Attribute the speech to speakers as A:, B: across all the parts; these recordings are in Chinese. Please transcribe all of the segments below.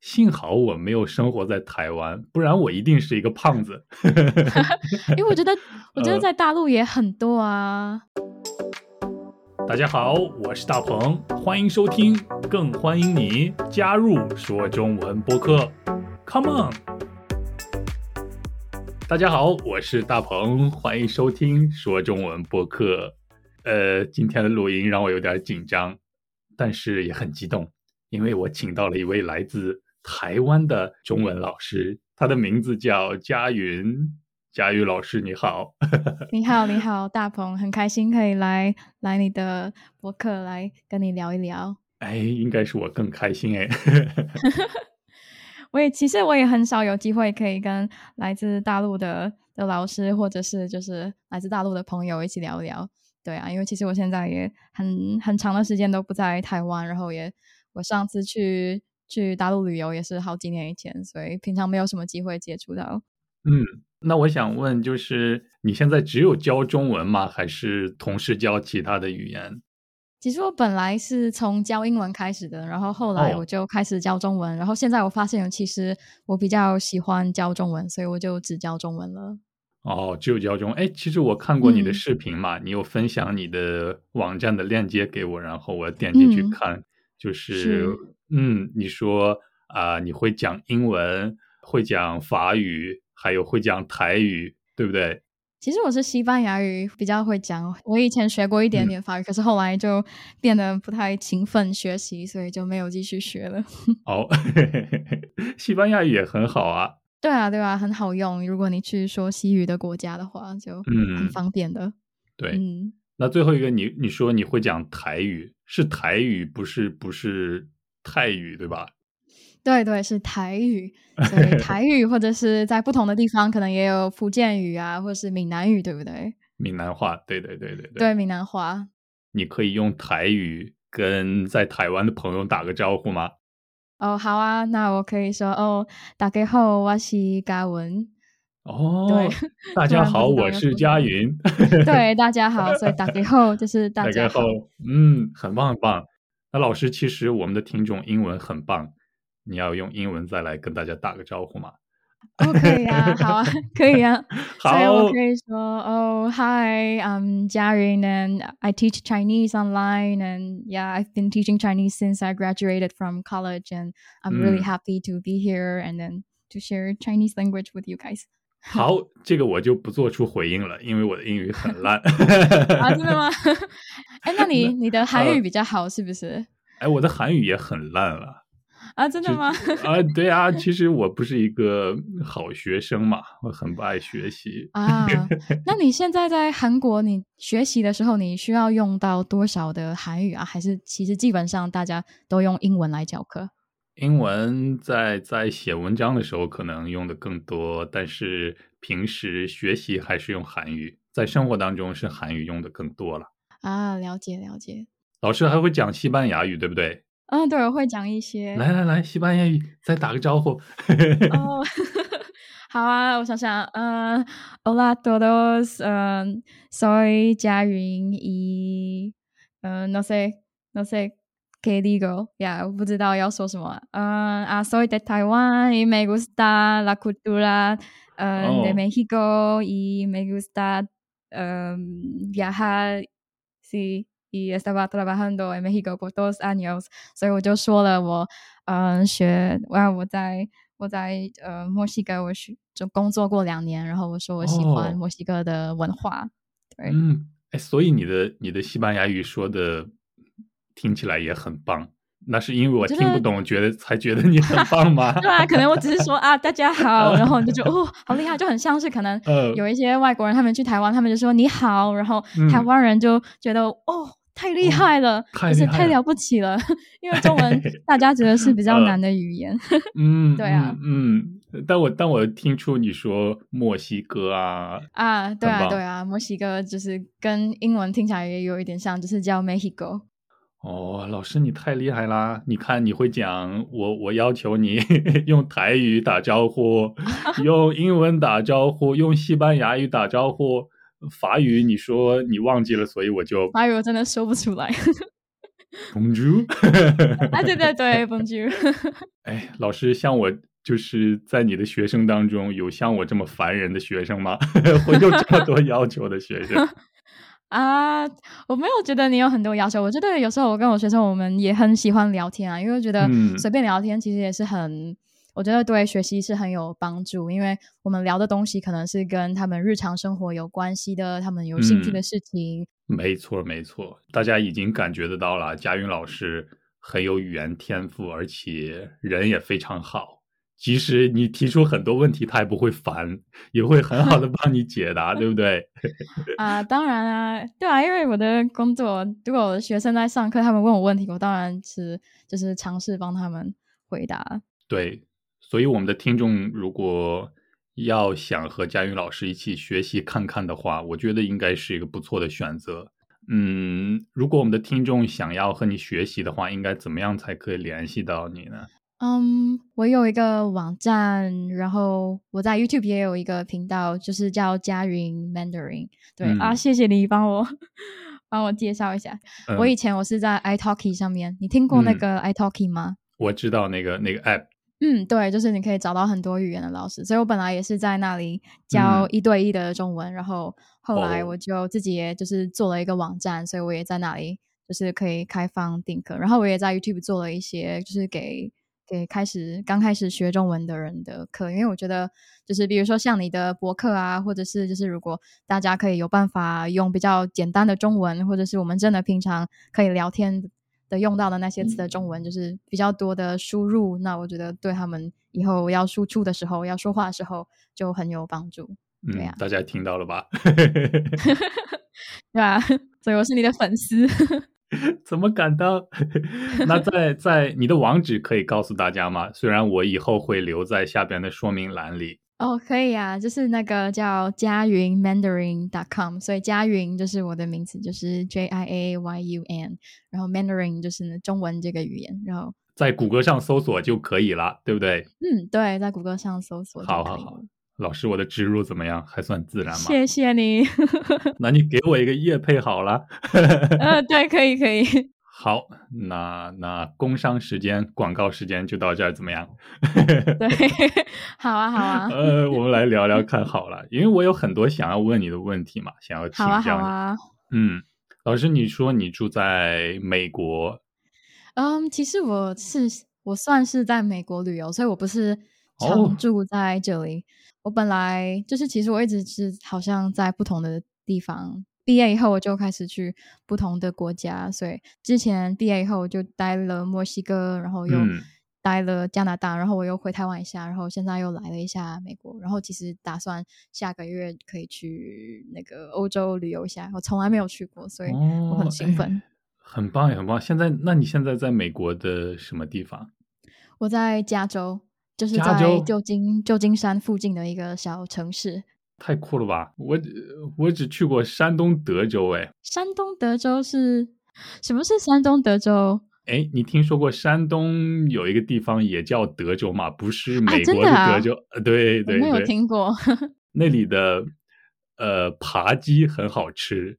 A: 幸好我没有生活在台湾，不然我一定是一个胖子。
B: 因为我觉得，我觉得在大陆也很多啊。
A: 大家好，我是大鹏，欢迎收听，更欢迎你加入说中文播客，Come on！大家好，我是大鹏，欢迎收听说中文播客。呃，今天的录音让我有点紧张，但是也很激动，因为我请到了一位来自台湾的中文老师，他的名字叫佳云。佳云老师，你好。
B: 你好，你好，大鹏，很开心可以来来你的博客来跟你聊一聊。
A: 哎，应该是我更开心哎。
B: 我也其实我也很少有机会可以跟来自大陆的的老师，或者是就是来自大陆的朋友一起聊一聊。对啊，因为其实我现在也很很长的时间都不在台湾，然后也我上次去去大陆旅游也是好几年以前，所以平常没有什么机会接触到。
A: 嗯，那我想问，就是你现在只有教中文吗？还是同时教其他的语言？
B: 其实我本来是从教英文开始的，然后后来
A: 哦
B: 我就开始教中文，然后现在我发现，其实我比较喜欢教中文，所以我就只教中文了。
A: 哦，只有教中文。哎，其实我看过你的
B: 嗯
A: 视频嘛，你有分享你的网站的链接给我，然后我点进去
B: 嗯
A: 看，就是
B: 是
A: 嗯，你说啊、你会讲英文，会讲法语，还有会讲台语，对不对？
B: 其实我是西班牙语比较会讲，我以前学过一
A: 嗯
B: 点点法语，可是后来就变得不太勤奋学习，所以就没有继续学了。
A: 哦， 西班牙语也很好啊。
B: 对啊，对啊，很好用。如果你去说西语的国家的话，就
A: 嗯
B: 很方便的。
A: 对，
B: 嗯，
A: 那最后一个你，你说你会讲台语，是台语，不是不是泰语，对吧？
B: 对对，是台语，所 以台语或者是在不同的地方，可能也有福建语啊，或者是闽南语，对不对？
A: 闽南话，对对对对对。
B: 对，闽南话。
A: 你可以用台语跟在台湾的朋友打个招呼吗？
B: 哦，好啊，那我可以说哦，大家好，我是嘉 文。
A: 哦，
B: 对，
A: 大家好，
B: 突
A: 我
B: 然不知道要说什
A: 是
B: 么
A: 佳云。
B: 对，大家好，所以大家好就是大家好
A: 好。，嗯，很棒很棒。那老师，其实我们的听众英文很棒，你要用英文再来跟大家打个招呼吗？
B: 哦，可以啊，好啊， 可以啊。所以我
A: 好
B: 可以说哦，Hi, I'm Jiarin, and I teach Chinese online, and yeah, I've been teaching Chinese since I graduated from college, and I'm really
A: 嗯
B: happy to be here, and then to share Chinese language with you guys.
A: 好，这个我就不做出回应了，因为我的英语很 烂。
B: 啊，真的吗？ 哎，那你你的韩
A: 呃
B: 语比较好是不是？
A: 哎，我的韩语也很烂了。
B: 啊，真的
A: 就
B: 吗？
A: 啊，对啊，其实我不是一个好学生嘛，我很不爱学习。
B: 啊，那你现在在韩国，你学习的时候，你需要用到多少的韩语啊？还是其实基本上大家都用英文来教课？
A: 英文在在写文章的时候可能用的更多，但是平时学习还是用韩语，在生活当中是韩语用的更多了。
B: 啊，了解了解。
A: 老师还会讲西班牙语，对不对？
B: 嗯，对，我会讲一些。
A: 来来来，西班牙语再打个招呼。
B: 哦， 好啊，我想想，嗯、h o l a todos，嗯、s o y 嘉云一，嗯，no sé no sé qué digo，呀，我不知道要说什么，嗯、啊，soy de Taiwan y me gusta la cultura，嗯、
A: 哦
B: de México y me gusta，嗯、viajar sí, y estaba trabajando en México por dos años，所以我就说了我，嗯、学，哇，我在我在呃墨西哥，我去就工作过两年，然后我说我喜欢
A: 哦
B: 墨西哥的文化，对，
A: 嗯，哎，所以你的你的西班牙语说的听起来也很棒，那是因为我
B: 觉
A: 听不
B: 得
A: 懂，觉得才觉得你很棒吗？
B: 对 啊，可能我只 是说啊大家好，然后你就觉得哦好厉害，就很像是可能
A: 呃，
B: 有一些外国人他们去台湾，他们就说你好，然后台
A: 嗯
B: 湾人就觉得、哦。太厉
A: 哦
B: 害了，
A: 太
B: 就是
A: 厉害
B: 太
A: 了
B: 了不起了， 因为中文大家觉得是比较
A: 呃
B: 难的语言。
A: 嗯，
B: 对啊
A: 嗯，嗯但我但我听出你说墨西哥啊，
B: 啊，对
A: 很
B: 啊，
A: 棒
B: 对啊，墨西哥就是跟英文听起来也有一点像，就是叫 Mexico。
A: 哦，老师你太厉害啦！你看你会讲，我我要求你 用台语打招呼，用英文打招呼，用西班牙语打招 呼，法语你说你忘记了，所以我就
B: 法语我真的说不出来。
A: Bonjour
B: 啊，对对对，Bonjour，
A: 哎，老师，像我就是在你的学生当中，有像我这么烦人的学生吗？ 我有这么多要求的学生？
B: 啊，我没有觉得你有很多要求。我觉得有时候我跟我学生，我们也很喜欢聊天啊，因为我觉得
A: 嗯
B: 随便聊天其实也是很，我觉得对学习是很有帮助，因为我们聊的东西可能是跟他们日常生活有关系的，他们有兴趣
A: 嗯
B: 的事情，
A: 没错，没错，大家已经感觉得到了，佳云老师很有语言天赋，而且人也非常好。即使你提出很多问题，他也不会烦，也会很好的帮你解答，对不对？
B: 啊，当然啊，对啊，因为我的工作，如果我的学生在上课，他们问我问题，我当然是就是尝试帮他们回答。
A: 对，所以我们的听众如果要想和佳云老师一起学习看看的话，我觉得应该是一个不错的选择。嗯，如果我们的听众想要和你学习的话，应该怎么样才可以联系到你呢？
B: 嗯，我有一个网站，然后我在 YouTube 也有一个频道，就是叫佳云 Mandarin。对、啊，
A: 嗯
B: 谢谢你帮我 帮我介绍一下。
A: 嗯、
B: 我以前我是在 iTalki 上面，你听过那
A: 嗯
B: 个 iTalki 吗？
A: 我知道那个那个 app，
B: 嗯，对，就是你可以找到很多语言的老师，所以我本来也是在那里教
A: 嗯
B: 一对一的中文，然后后来
A: 哦
B: 我就自己也就是做了一个网站，所以我也在那里就是可以开放订课，然后我也在 YouTube 做了一些就是给给开始刚开始学中文的人的课，因为我觉得就是比如说像你的博客啊，或者是就是如果大家可以有办法用比较简单的中文，或者是我们真的平常可以聊天的用到的那些词的中文，就是比较多的输入，那我觉得对他们以后要输出的时候、要说话的时候就很有帮助，对
A: 嗯
B: 啊，
A: 大家听到了吧？
B: 对吧、 所以我是你的粉丝。
A: 怎么感到？ 那在在你的网址可以告诉大家吗？虽然我以后会留在下边的说明栏里。
B: 哦，可以啊，就是那个叫佳云 Mandarin.com，所以佳云就是我的名字，就是 J I A Y U N，然后 Mandarin 就是中文这个语言，然后
A: 在谷歌上搜索就可以了，对不对？
B: 嗯，对，在谷歌上搜索就
A: 好
B: 可
A: 好
B: 以
A: 好
B: 了。
A: 老师，我的植入怎么样？还算自然吗？
B: 谢谢你，
A: 那你给我一个业配好了。
B: 呃，对，可以，可以，
A: 好，那那工商时间、广告时间就到这儿，怎么样？
B: 对， 好啊，好啊，
A: 呃，我们来聊聊看好了，因为我有很多想要问你的问题嘛，想要请
B: 好啊，好
A: 教你。
B: 啊。
A: 嗯，老师，你说你住在美国，
B: 嗯，其实我是我算是在美国旅游，所以我不是
A: 哦
B: 常住在这里。我本来就是，其实我一直是好像在不同的地方。毕业以后我就开始去不同的国家，所以之前毕业以后我就待了墨西哥，然后又
A: 嗯
B: 待了加拿大，然后我又回台湾一下，然后现在又来了一下美国，然后其实打算下个月可以去那个欧洲旅游一下，我从来没有去过，所以我
A: 哦，
B: 很兴奋。
A: 哎很棒，很棒。现在，那你现在在美国的什么地方？
B: 我在加州，就是
A: 加
B: 在
A: 州
B: 旧金旧金山附近的一个小城市，
A: 太酷了吧！我只我只去过山东德州，哎
B: 山东德州是什么是山东德州？
A: 哎，你听说过山东有一个地方也叫德州吗？不是美
B: 真
A: 国
B: 的啊
A: 德州，呃对
B: 我
A: 对
B: 没有
A: 对，
B: 听过
A: 那里的呃扒鸡很好吃，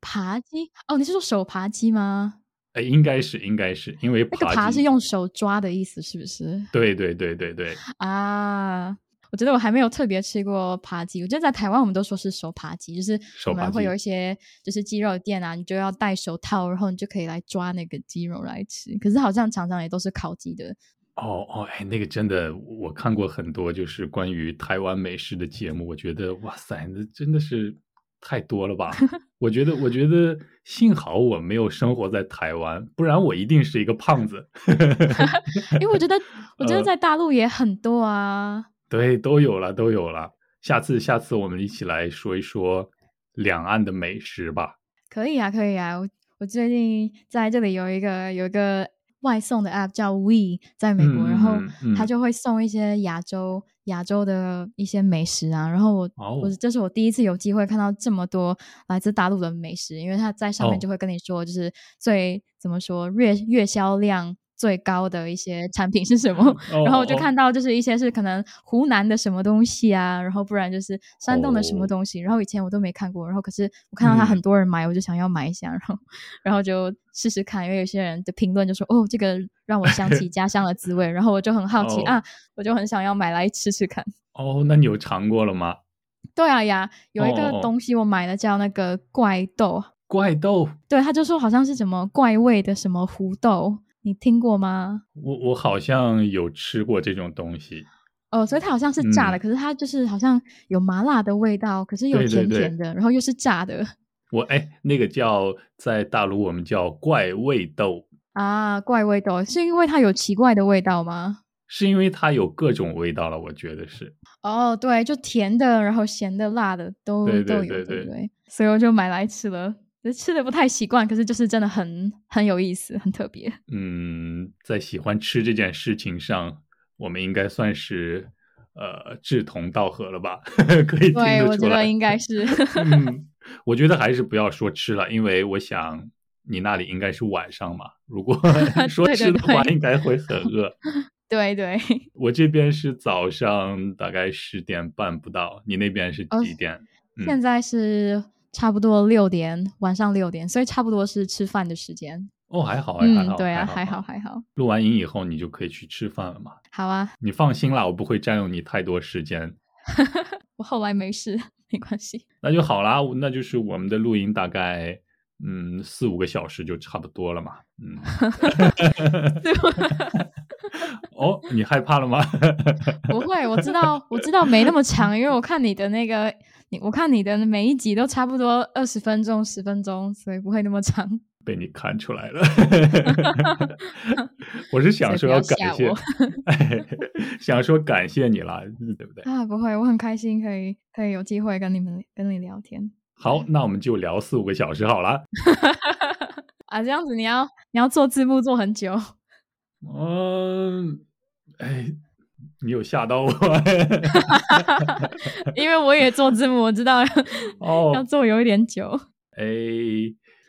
B: 扒鸡哦，你是说手扒鸡吗？
A: 哎，应该是应该是因为
B: 那个
A: 扒鸡
B: 扒是用手抓的意思是不是
A: 对对对对对，
B: 啊？我觉得我还没有特别吃过扒鸡，我觉得在台湾我们都说是手扒鸡，就是
A: 手
B: 我
A: 扒
B: 们会
A: 鸡
B: 有一些就是鸡肉店啊，你就要戴手套，然后你就可以来抓那个鸡肉来吃。可是好像常常也都是烤鸡的，
A: 哦哦，哎，那个真的，我看过很多就是关于台湾美食的节目，我觉得哇塞，那真的是太多了 吧？我觉得，我觉得幸好我没有生活在台湾，不然我一定是一个胖子。
B: 因为我觉得，我觉得
A: 呃
B: 在大陆也很多啊。
A: 对，都有了，都有了。下次，下次我们一起来说一说两岸的美食吧。
B: 可以啊，可以啊。我我最近在这里有一个有一个外送的 app 叫 We，在美国，
A: 嗯
B: 然后
A: 嗯嗯
B: 它就会送一些亚洲亚洲的一些美食啊。然后我、
A: 哦
B: 我这是我第一次有机会看到这么多来自大陆的美食，因为它在上面
A: 哦
B: 就会跟你说，就是最、怎么说月月销量最高的一些产品是什么。
A: 哦
B: 然后我就
A: 哦
B: 看到就是一些是可能湖南的什么东西啊，然后不然就是山东的什么
A: 哦
B: 东西，然后以前我都没看过，然后可是我看到他
A: 嗯
B: 很多人买，我就想要买一下，然后然后就试试看，因为有些人的评论就说哦，这个让我想 起家乡的滋味，然后我就很好奇、
A: 哦
B: 啊，我就很想要买来吃吃看。
A: 哦，那你有尝过了吗？
B: 对啊呀，有一
A: 哦哦
B: 个
A: 哦
B: 东西我买的叫那个怪豆，
A: 怪豆，
B: 对，他就说好像是什么怪味的什么胡豆，你听过吗？
A: 我我好像有吃过这种东西。
B: 哦，所以它好像是炸
A: 嗯
B: 的，可是它就是好像有麻辣的味道，可是又
A: 对对
B: 甜
A: 对
B: 甜的，然后又是炸的
A: 我哎，那个叫在大陆我们叫怪味豆，
B: 啊，怪味豆是因为它有奇怪的味道吗？
A: 是因为它有各种味道了，我觉得是。
B: 哦，对，就甜的，然后咸的、辣的都
A: 对
B: 都
A: 对
B: 有，
A: 对
B: 对
A: 对
B: 不对？所以我就买来吃了，只是吃的不太习惯，可是就是真的很很有意思，很特别。
A: 嗯，在喜欢吃这件事情上，我们应该算是呃志同道合了吧？ 可以听
B: 对，我
A: 得
B: 觉
A: 出
B: 得
A: 来。
B: 应该是
A: 嗯，我觉得还是不要说吃了，因为我想你那里应该是晚上嘛。如果说
B: 对对
A: 吃的话，
B: 对
A: 应该会很饿。
B: 对对。
A: 我这边是早上大概十点半不到，你那边是
B: 哦
A: 几点？嗯
B: 现在是差不多六点，晚上六点，所以差不多是吃饭的时间。
A: 哦，还好，还
B: 嗯
A: 好，，
B: 对啊，
A: 还
B: 还
A: 好
B: 好。还好，
A: 录完音以后，你就可以去吃饭了嘛。
B: 好啊，
A: 你放心啦，我不会占用你太多时间，
B: 我后来没事， 没关系。
A: 那就好啦。那就是我们的录音大概嗯四五个小时就差不多了嘛。嗯， 哦，你害怕了吗？
B: 不会，我知道，我知道没那么长，因为我看你的那个，你我看你的每一集都差不多二十分钟、十分钟，所以不会那么长。
A: 被你看出来了。我是想说感
B: 所以
A: 谢
B: 不要，
A: 哎， 想说感谢你啦，对不对？
B: 啊，不会，我很开心可以可以有机会跟你们跟你聊天。
A: 好，那我们就聊四五个小时好啦。
B: 啊，这样子你要你要做字幕做很久，
A: 嗯，哎，你有吓 到我。
B: 因为我也做字幕，我知道 要
A: 哦，
B: 做有一点久。
A: 哎，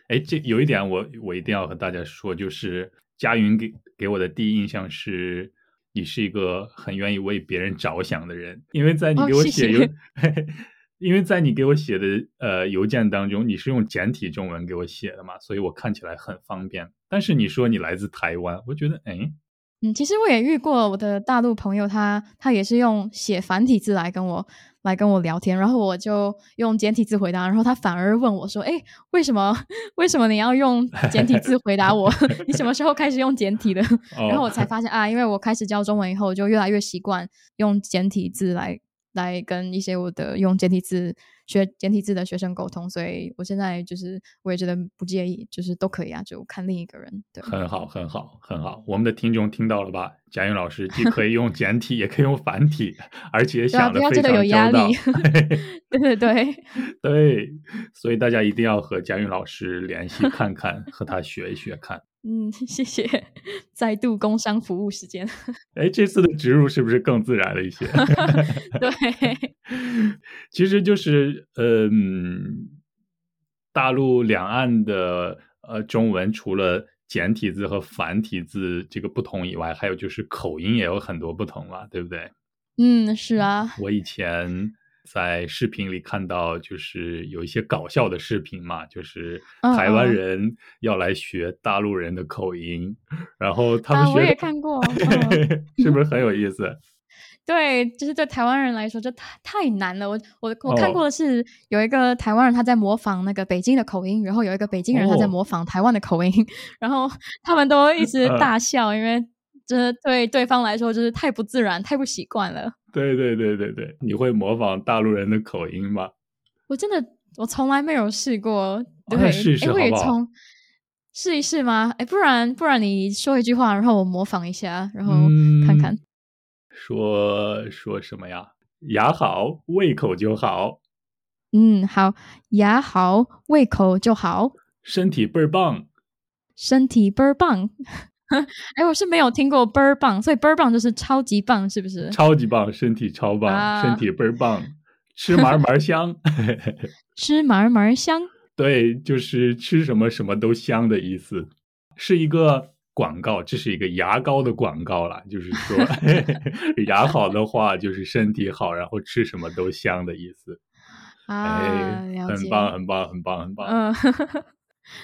A: 哎，这有一点我我一定要和大家说，就是佳云给给我的第一印象是，你是一个很愿意为别人着想的人，因为在你
B: 哦
A: 给我
B: 谢
A: 写
B: 谢
A: 邮， 因为在你给我写的呃邮件当中，你是用简体中文给我写的嘛，所以我看起来很方便。但是你说你来自台湾，我觉得哎，
B: 嗯，其实我也遇过我的大陆朋友他，他也是用写繁体字来跟我来跟我聊天，然后我就用简体字回答，然后他反而问我说：“哎，为什么为什么你要用简体字回答我？ 你什么时候开始用简体的？”
A: 哦、
B: 然后我才发现啊，因为我开始教中文以后，我就越来越习惯用简体字来来跟一些我的用简体字学简体字的学生沟通，所以我现在就是我也觉得不介意，就是都可以啊，就看另一个人对。
A: 很好，很好，很好。我们的听众听到了吧？贾云老师既可以用简体，也可以用繁体， 而且
B: 对啊
A: 想
B: 不
A: 的
B: 要
A: 非
B: 觉得
A: 常
B: 有
A: 周
B: 压
A: 到
B: 力。对对对。
A: 对，所以大家一定要和贾云老师联系看看，和他学一学看。
B: 嗯，谢谢。再度工商服务时间，
A: 哎，这次的植入是不是更自然了一些？
B: 对，
A: 其实就是，嗯，大陆两岸的呃中文除了简体字和繁体字这个不同以外，还有就是口音也有很多不同了，对不对？
B: 嗯，是啊，
A: 我以前在视频里看到，就是有一些搞笑的视频嘛，就是
B: 嗯
A: 台湾
B: 嗯
A: 人要来学大陆人的口音，然后 他们
B: 啊，我
A: 学
B: 也
A: 的、
B: 看过，嗯、
A: 是不是很有意思？
B: 对，就是对台湾人来说，这太太难了。我我我
A: 哦
B: 看过的是有一个台湾人他在模仿那个北京的口音，然后有一个北京人他在
A: 哦
B: 模仿台湾的口音，然后他们都 一直
A: 嗯
B: 大笑，因为这对对方来说就是太不自然，太不习惯了。
A: 对对对对对，你会模仿大陆人的口音吗？
B: 我真的我从来没有试过，
A: 哦那
B: 对，哎，
A: 试一试
B: 我也
A: 好不好
B: 从试一试吗？哎，不然不然你说一句话，然后我模仿一下，然后哦看看。
A: 嗯说说什么呀？牙好，胃口就好，
B: 嗯好，牙好，胃口就好，
A: 身体倍儿棒。
B: 身体倍儿棒。 哎，我是没有听过倍儿棒，所以倍儿棒就是超级棒，是不是？
A: 超级棒，身体超棒，
B: 啊
A: 身体倍儿棒，吃嘛嘛香。
B: 吃嘛儿嘛儿香。
A: 对，就是吃什么什么都香的意思，是一个广告，这是一个牙膏的广告啦，就是 说牙好的话就是身体好，然后吃什么都香的意思。
B: 啊，
A: 哎，
B: 了
A: 很
B: 解，
A: 棒，很棒，很棒，很棒。
B: 嗯，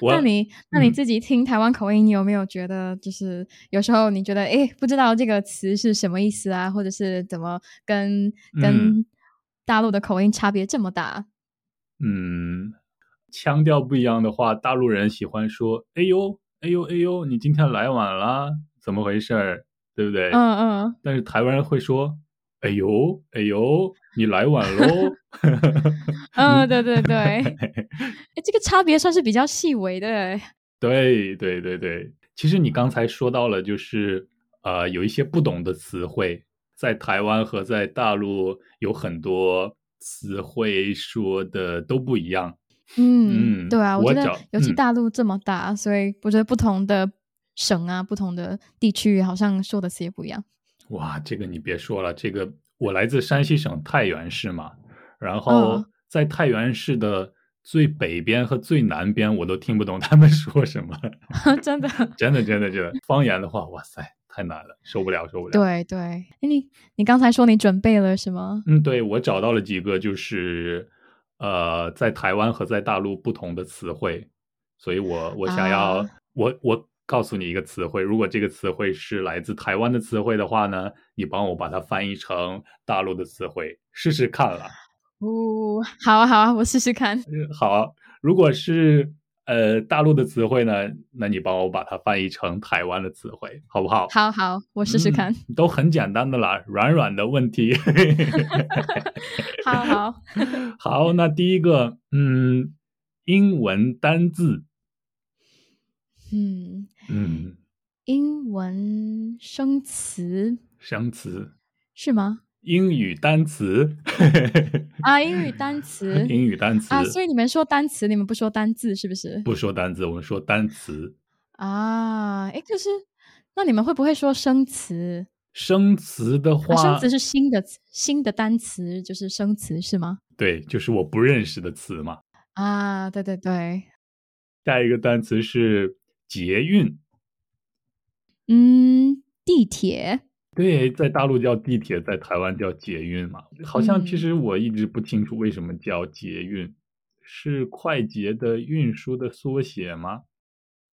A: 我
B: 那你那你
A: 嗯
B: 自己听台湾口音，你有没有觉得就是有时候你觉得诶不知道这个词是什么意思啊，或者是怎么跟跟大陆的口音差别这么大？
A: 嗯，腔调不一样的话，大陆人喜欢说“哎呦，哎呦，哎呦，你今天来晚啦，怎么回事儿？”对不对？
B: 嗯嗯，
A: 但是台湾人会说“哎呦，哎呦，你来晚 喽”
B: 嗯，对对对，诶这个差别算是比较细微的欸诶，
A: 对对对对，其实你刚才说到了，就是呃，有一些不懂的词汇，在台湾和在大陆有很多词汇说的都不一样。
B: 嗯，
A: 嗯
B: 对啊，我
A: 我
B: 觉
A: 找
B: 得尤其
A: 嗯
B: 大陆这么大，所以我觉得不同的省啊，不同的地区好像说的词也不一样。
A: 哇，这个你别说了，这个我来自山西省太原市嘛，然后
B: 嗯
A: 在太原市的最北边和最南边，我都听不懂他们说什么。
B: 真的。
A: 真的，真的，真的，方言的话，哇塞，太难了，受不了，受不了。
B: 对对，哎，你你刚才说你准备了什么？
A: 嗯，对，我找到了几个，就是呃，在台湾和在大陆不同的词汇，所以我我想要，
B: 啊
A: 我我告诉你一个词汇，如果这个词汇是来自台湾的词汇的话呢，你帮我把它翻译成大陆的词汇试试看了。
B: 哦，好啊好啊，我试试看。
A: 呃好，如果是呃大陆的词汇呢，那你帮我把它翻译成台湾的词汇，好不好？
B: 好好，我试试看。
A: 嗯都很简单的啦，软软的问 题。
B: 好 好，
A: 好，那第一个，嗯，英文单字，
B: 嗯，
A: 嗯，
B: 英文生词
A: 生词，
B: 是吗？
A: 英语单词，
B: 啊，英语单词
A: 英语单词，
B: 啊，所以你们说单词，你们不说单字是不是？
A: 不说单字，我们说单词，
B: 啊，哎，可是那你们会不会说生词？
A: 生词的
B: 啊，
A: 话，
B: 生词是新的词新的单词，就是生词是吗？
A: 对，就是我不认识的词嘛。
B: 啊，对对对，
A: 下一个单词是捷运，
B: 嗯，地铁。
A: 对，在大陆叫地铁，在台湾叫捷运嘛。好像其
B: 嗯
A: 实我一直不清楚为什么叫捷运，是快捷的运输的缩写吗？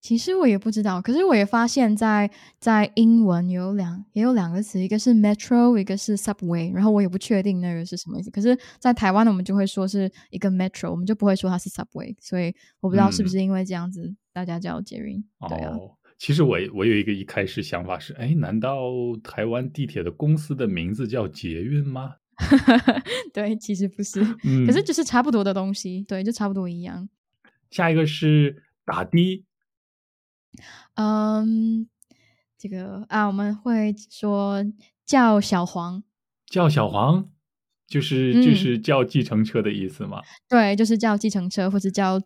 B: 其实我也不知道，可是我也发现在，在英文有两也有两个词，一个是 metro，一个是 subway，然后我也不确定那个是什么意思。可是，在台湾呢，我们就会说是一个 metro，我们就不会说它是 subway，所以我不知道是不是因为这样子、大家叫捷运。对啊，
A: 嗯哦，其实我我有一个一开始想法是，哎，难道台湾地铁的公司的名字叫捷运吗？
B: 对，其 实不是，
A: 嗯，
B: 可是就是差不多的东西，对，就差不多一样。
A: 下一个是打的，
B: 嗯，这个啊，我们会说叫小黄，
A: 叫小黄，就是
B: 嗯
A: 就是叫计程车的意思嘛。
B: 对，就是叫计程车或者叫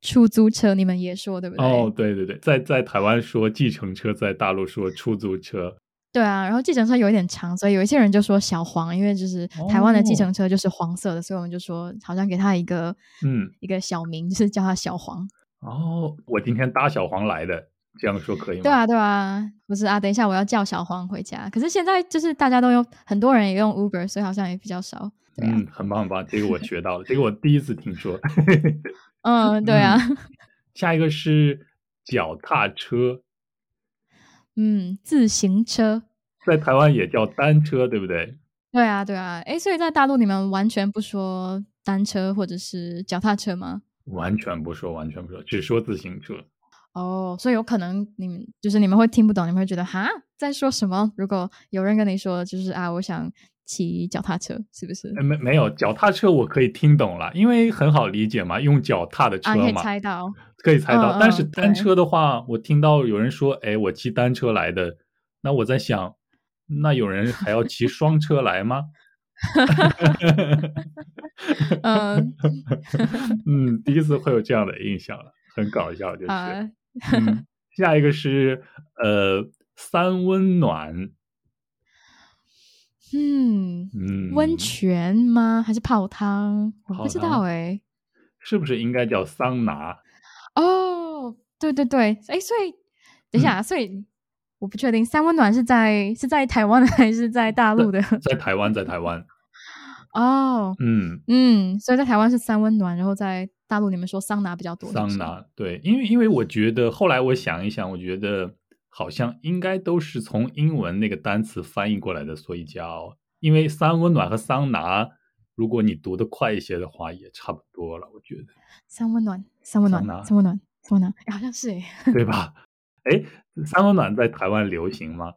B: 出租车，你们也说对不对？
A: 哦，对对对，在在台湾说计程车，在大陆说出租车。
B: 对啊，然后计程车有一点长，所以有一些人就说小黄，因为就是台湾的计
A: 哦
B: 程车就是黄色的，所以我们就说好像给他一个
A: 嗯，
B: 一个小名，就是叫他小黄。
A: 哦，我今天搭小黄来的，这样说可以吗？
B: 对啊，对啊，不是啊，等一下我要叫小黄回家。可是现在就是大家都用，很多人也用 Uber，所以好像也比较少。对啊，
A: 嗯，很棒很棒，这个我学到了，这个我第一次听说。
B: 嗯， 对啊，
A: 下一个是脚踏车，
B: 嗯自行车，
A: 在台湾也叫单车，对不对？
B: 对啊，对啊，诶，所以在大陆你们完全不说单车或者是脚踏车吗？
A: 完全不说，完全不说，只说自行车。
B: 哦，所以有可能你们就是你们会听不懂，你们会觉得哈在说什么？如果有人跟你说就是啊，我想骑脚踏车，是不是？
A: 呃没没有脚踏车，我可以听懂了，因为很好理解嘛，用脚踏的车
B: 啊，可以
A: 嘛，
B: 猜到
A: 可以猜到。
B: 嗯
A: 但是
B: 嗯
A: 单
B: 对
A: 车的话，我听到有人说：“哎，我骑单车来的。”那我在想，那有人还要骑双车来吗？
B: 嗯
A: 嗯，第一次会有这样的印象了，很搞笑， 就是。
B: 啊，
A: 嗯，下一个是呃三温暖，
B: 嗯，
A: 嗯，
B: 温泉吗？还是泡汤？我
A: 泡
B: 不知
A: 汤
B: 道欸诶。
A: 是不是应该叫桑拿？嗯
B: 哦，对对对，诶，所以等一下，所以我不确定三温暖是在是在台湾 还是在大陆的。
A: 在台湾，在台湾，
B: 哦，
A: 嗯，
B: 嗯，所以在台湾是三温暖，然后在大陆你们说桑拿比较多。是不
A: 桑
B: 是，
A: 拿对，因为因为我觉得后来我想一想，我觉得好像应该都是从英文那个单词翻译过来的，所以叫因为三温暖和桑拿，如果你读得快一些的话，也差不多了，我觉得，
B: 三温暖，三温暖
A: 桑拿，
B: 三温暖，三温暖，哎好像是诶，
A: 对吧？ 哎，三温暖在台湾流行吗？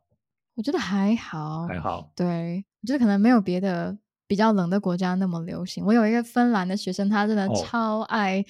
B: 我觉得还好，
A: 还好，
B: 对，我觉得可能没有别的比较冷的国家那么流行。我有一个芬兰的学生，他真的
A: 哦
B: 超爱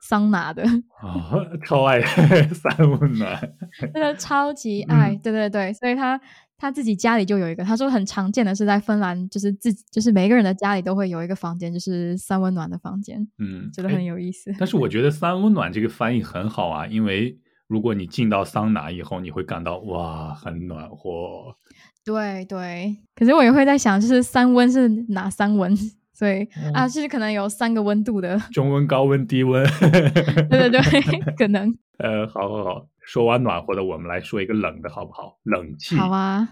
B: 桑 拿的，
A: 哦、超爱 三温暖，
B: 真的超级爱。
A: 嗯
B: 对对对，所以他他自己家里就有一个，他说很常见的是在芬兰，就是自己就是每个人的家里都会有一个房间，就是三温暖的房间，
A: 嗯，
B: 觉得
A: 诶
B: 很有意思。
A: 但是我觉得“三温暖”这个翻译很好啊，因为如果你进到桑拿以后，你会感到哇，很暖和。
B: 对对，可是我也会在想，就是三温是哪三温？ 所以、
A: 嗯
B: 啊，就是可能有三个温度的。
A: 中温、高温、低温。
B: 对对对， 可能
A: 呃，好好好，说完暖和的，我们来说一个冷的好不好？冷气。
B: 好啊。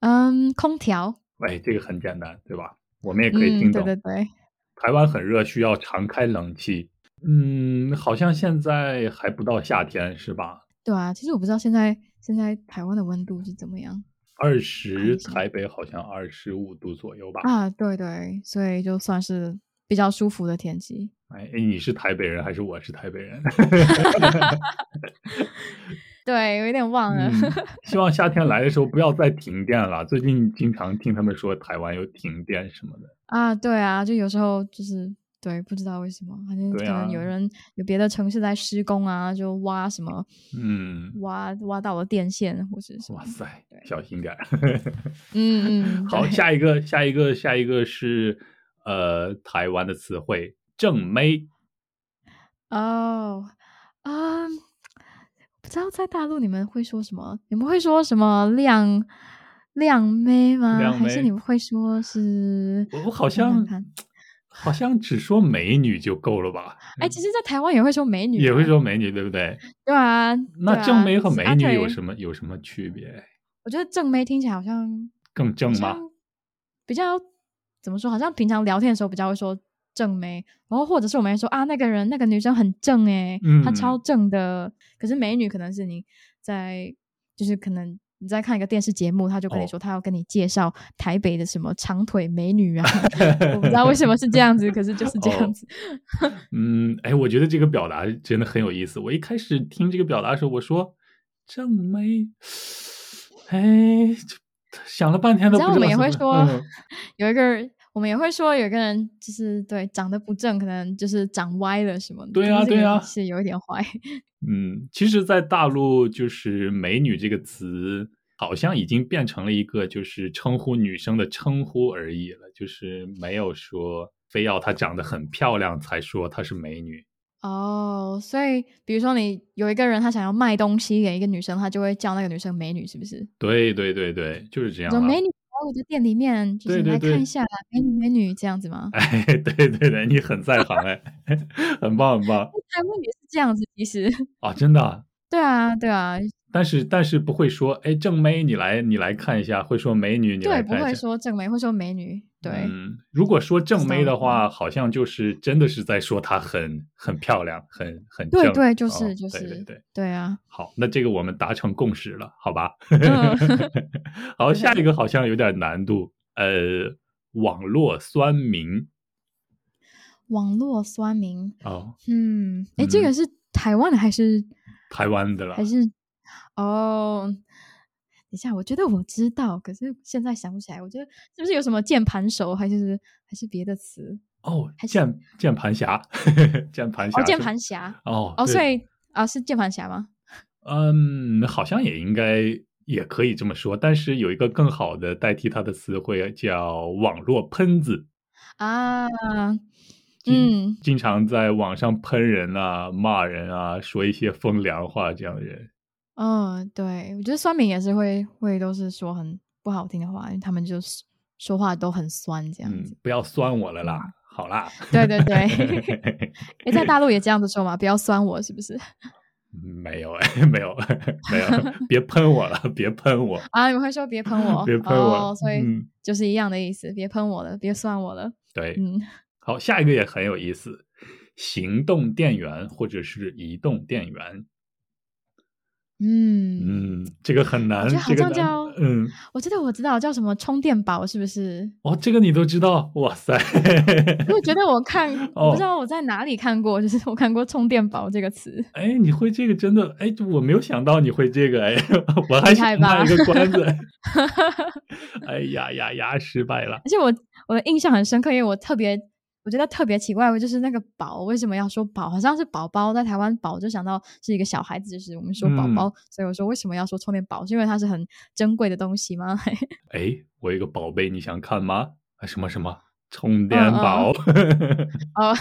B: 嗯，空调。
A: 哎，这个很简单，对吧？我们也可以
B: 嗯，
A: 听
B: 对
A: 懂。
B: 对对，
A: 台湾很热，需要常开冷气。嗯，好像现在还不到夏天，是吧？
B: 对啊，其实我不知道现在现在台湾的温度是怎么样
A: 二十，
B: 一下
A: 台北好像二十五度左右吧？
B: 啊？对对，所以就算是比较舒服的天气。
A: 哎，你是台北人还是我是台北人？
B: 对，有一点忘 了。
A: 嗯希望夏天来的时候不要再停电了。最近经常听他们说台湾有停电什么的。
B: 啊，对啊，就有时候就是对，不知道为什么，反正可
A: 对啊
B: 能有人、有别的城市在施工啊，就挖什么
A: 嗯，
B: 挖挖到了电线或者什么
A: 哇。塞，小心点儿。
B: 嗯 嗯，
A: 好，
B: 对
A: 下一个，下一个，下一个是呃台湾的词汇“正妹
B: 哦，啊、不知道在大陆你们会说什么？你们会说什么靓靓妹吗？
A: 靓
B: 还是
A: 妹
B: 你们会说是”，？
A: 我我好
B: 想想
A: 像
B: 看
A: 好像只说美女就够了吧？
B: 哎，其实，在台湾也会说美女、
A: 嗯
B: 啊
A: 也会，说美女，对不对？
B: 对啊。
A: 那正妹和美女有
B: 么？
A: 什么有什么区别？
B: 我觉得正妹听起来好像
A: 更正
B: 好
A: 吗？
B: 像比较怎么说？好像平常聊天的时候比较会说正妹，然后或者是我们会说啊，那个人那个女生很正哎、她
A: 嗯
B: 超正的。可是美女可能是你在就是可能。你在看一个电视节目，她就跟你
A: 哦
B: 说，她要跟你介绍台北的什么长腿美女啊， 我不知道为什么是这样子，可是就是这样
A: 哦
B: 子。
A: 嗯，哎，我觉得这个表达真的很有意思。我一开始听这个表达的时候，我说正妹，哎，这想了半天都
B: 然
A: 不知
B: 后
A: 道
B: 我们也会
A: 怎
B: 说，
A: 么嗯
B: 有一个人，我们也会说有一个人就是对长得不正，可能就是长歪了什么的。
A: 对
B: 可
A: 啊
B: 是这
A: 对
B: 个
A: 啊
B: 是有一点坏。
A: 嗯，其实，在大陆就是“美女”这个词，好像已经变成了一个就是称呼女生的称呼而已了，就是没有说非要她长得很漂亮才说她是美女。
B: 哦所以比如说你有一个人他想要卖东西给一个女生，他就会叫那个女生美女，是不是？
A: 对对对对，就是这样啊
B: 说
A: 了。
B: 美女来我的店里面，就是
A: 对对
B: 来
A: 对
B: 看一下美女美女这样子吗？
A: 哎， 对对对，你很在行哎， 很棒很棒
B: 台湾也是这样子，其实
A: 啊，真的啊、
B: 对啊对啊，
A: 但是但是不会说，哎，正妹你来你来看一下，会说美女你来
B: 对，不
A: 看一下。
B: 会说正美，会说美女，对。
A: 嗯，如果说正妹的
B: 知
A: 话，好像就是真的是在说她很很漂亮，很很
B: 对
A: 正
B: 对就是
A: 哦
B: 就是
A: 对对对。
B: 对啊，
A: 好，那这个我们达成共识了，好吧？
B: 嗯
A: 好，下一个好像有点难度，呃，网络酸民
B: 网络酸民，
A: 哦，
B: 嗯，哎，这
A: 嗯
B: 个是台湾的还是
A: 台湾的了
B: 还，是哦，等一下，我觉得我知道，可是现在想不起来。我觉得是不是有什么键盘手，还是还是别的词？
A: 哦，
B: 还是
A: 键键盘侠， 键盘侠
B: 哦，
A: 是，
B: 键盘侠。
A: 哦，
B: 哦，
A: 对
B: 所以啊，是键盘侠吗？
A: 嗯，好像也应该也可以这么说，但是有一个更好的代替它的词汇叫网络喷子，
B: 啊，
A: 经
B: 嗯，
A: 经常在网上喷人啊、骂人啊，说一些风凉话这样的人。
B: 哦，对，我觉得酸民也是会会都是说很不好听的话，因为他们就是说话都很酸这样
A: 嗯
B: 子。，嗯
A: 不要酸我了啦，好啦。
B: 对对对，哎，在大陆也这样子说嘛，不要酸我，是不是？
A: 没有 哎，没有没有， 别喷我了，别喷我。
B: 啊，你们会说别喷我，
A: 别喷我
B: 哦，所以
A: 嗯
B: 就是一样的意思，别喷我了，别算我了。
A: 对，
B: 嗯，
A: 好，下一个也很有意思，行动电源或者是移动电源。
B: 嗯，
A: 嗯，这个很难，
B: 我觉得好
A: 这个
B: 像
A: 难
B: 叫
A: 嗯，
B: 我记得我知道叫什么充电宝，是不是？
A: 哦，这个你都知道，哇塞！
B: 因为我觉得我看，我
A: 哦
B: 不知道我在哪里看过，就是我看过“充电宝”这个词。
A: 哎，你会这个真的？哎，我没有想到你会这个，哎，我还
B: 厉害
A: 想卖
B: 吧
A: 一个关 子。哎呀呀呀，失败了！
B: 而且我我的印象很深刻，因为我特别我觉得特别奇怪，就是那个宝为什么要说宝？好像是宝宝，在台湾宝就想到是一个小孩子，就是我们说宝宝，所以我说为什么要说充电宝？是因为它是很珍贵的东西吗？
A: 哎，我有一个宝贝，你想看吗？啊什么什么充电
B: 嗯
A: 宝？
B: 哦，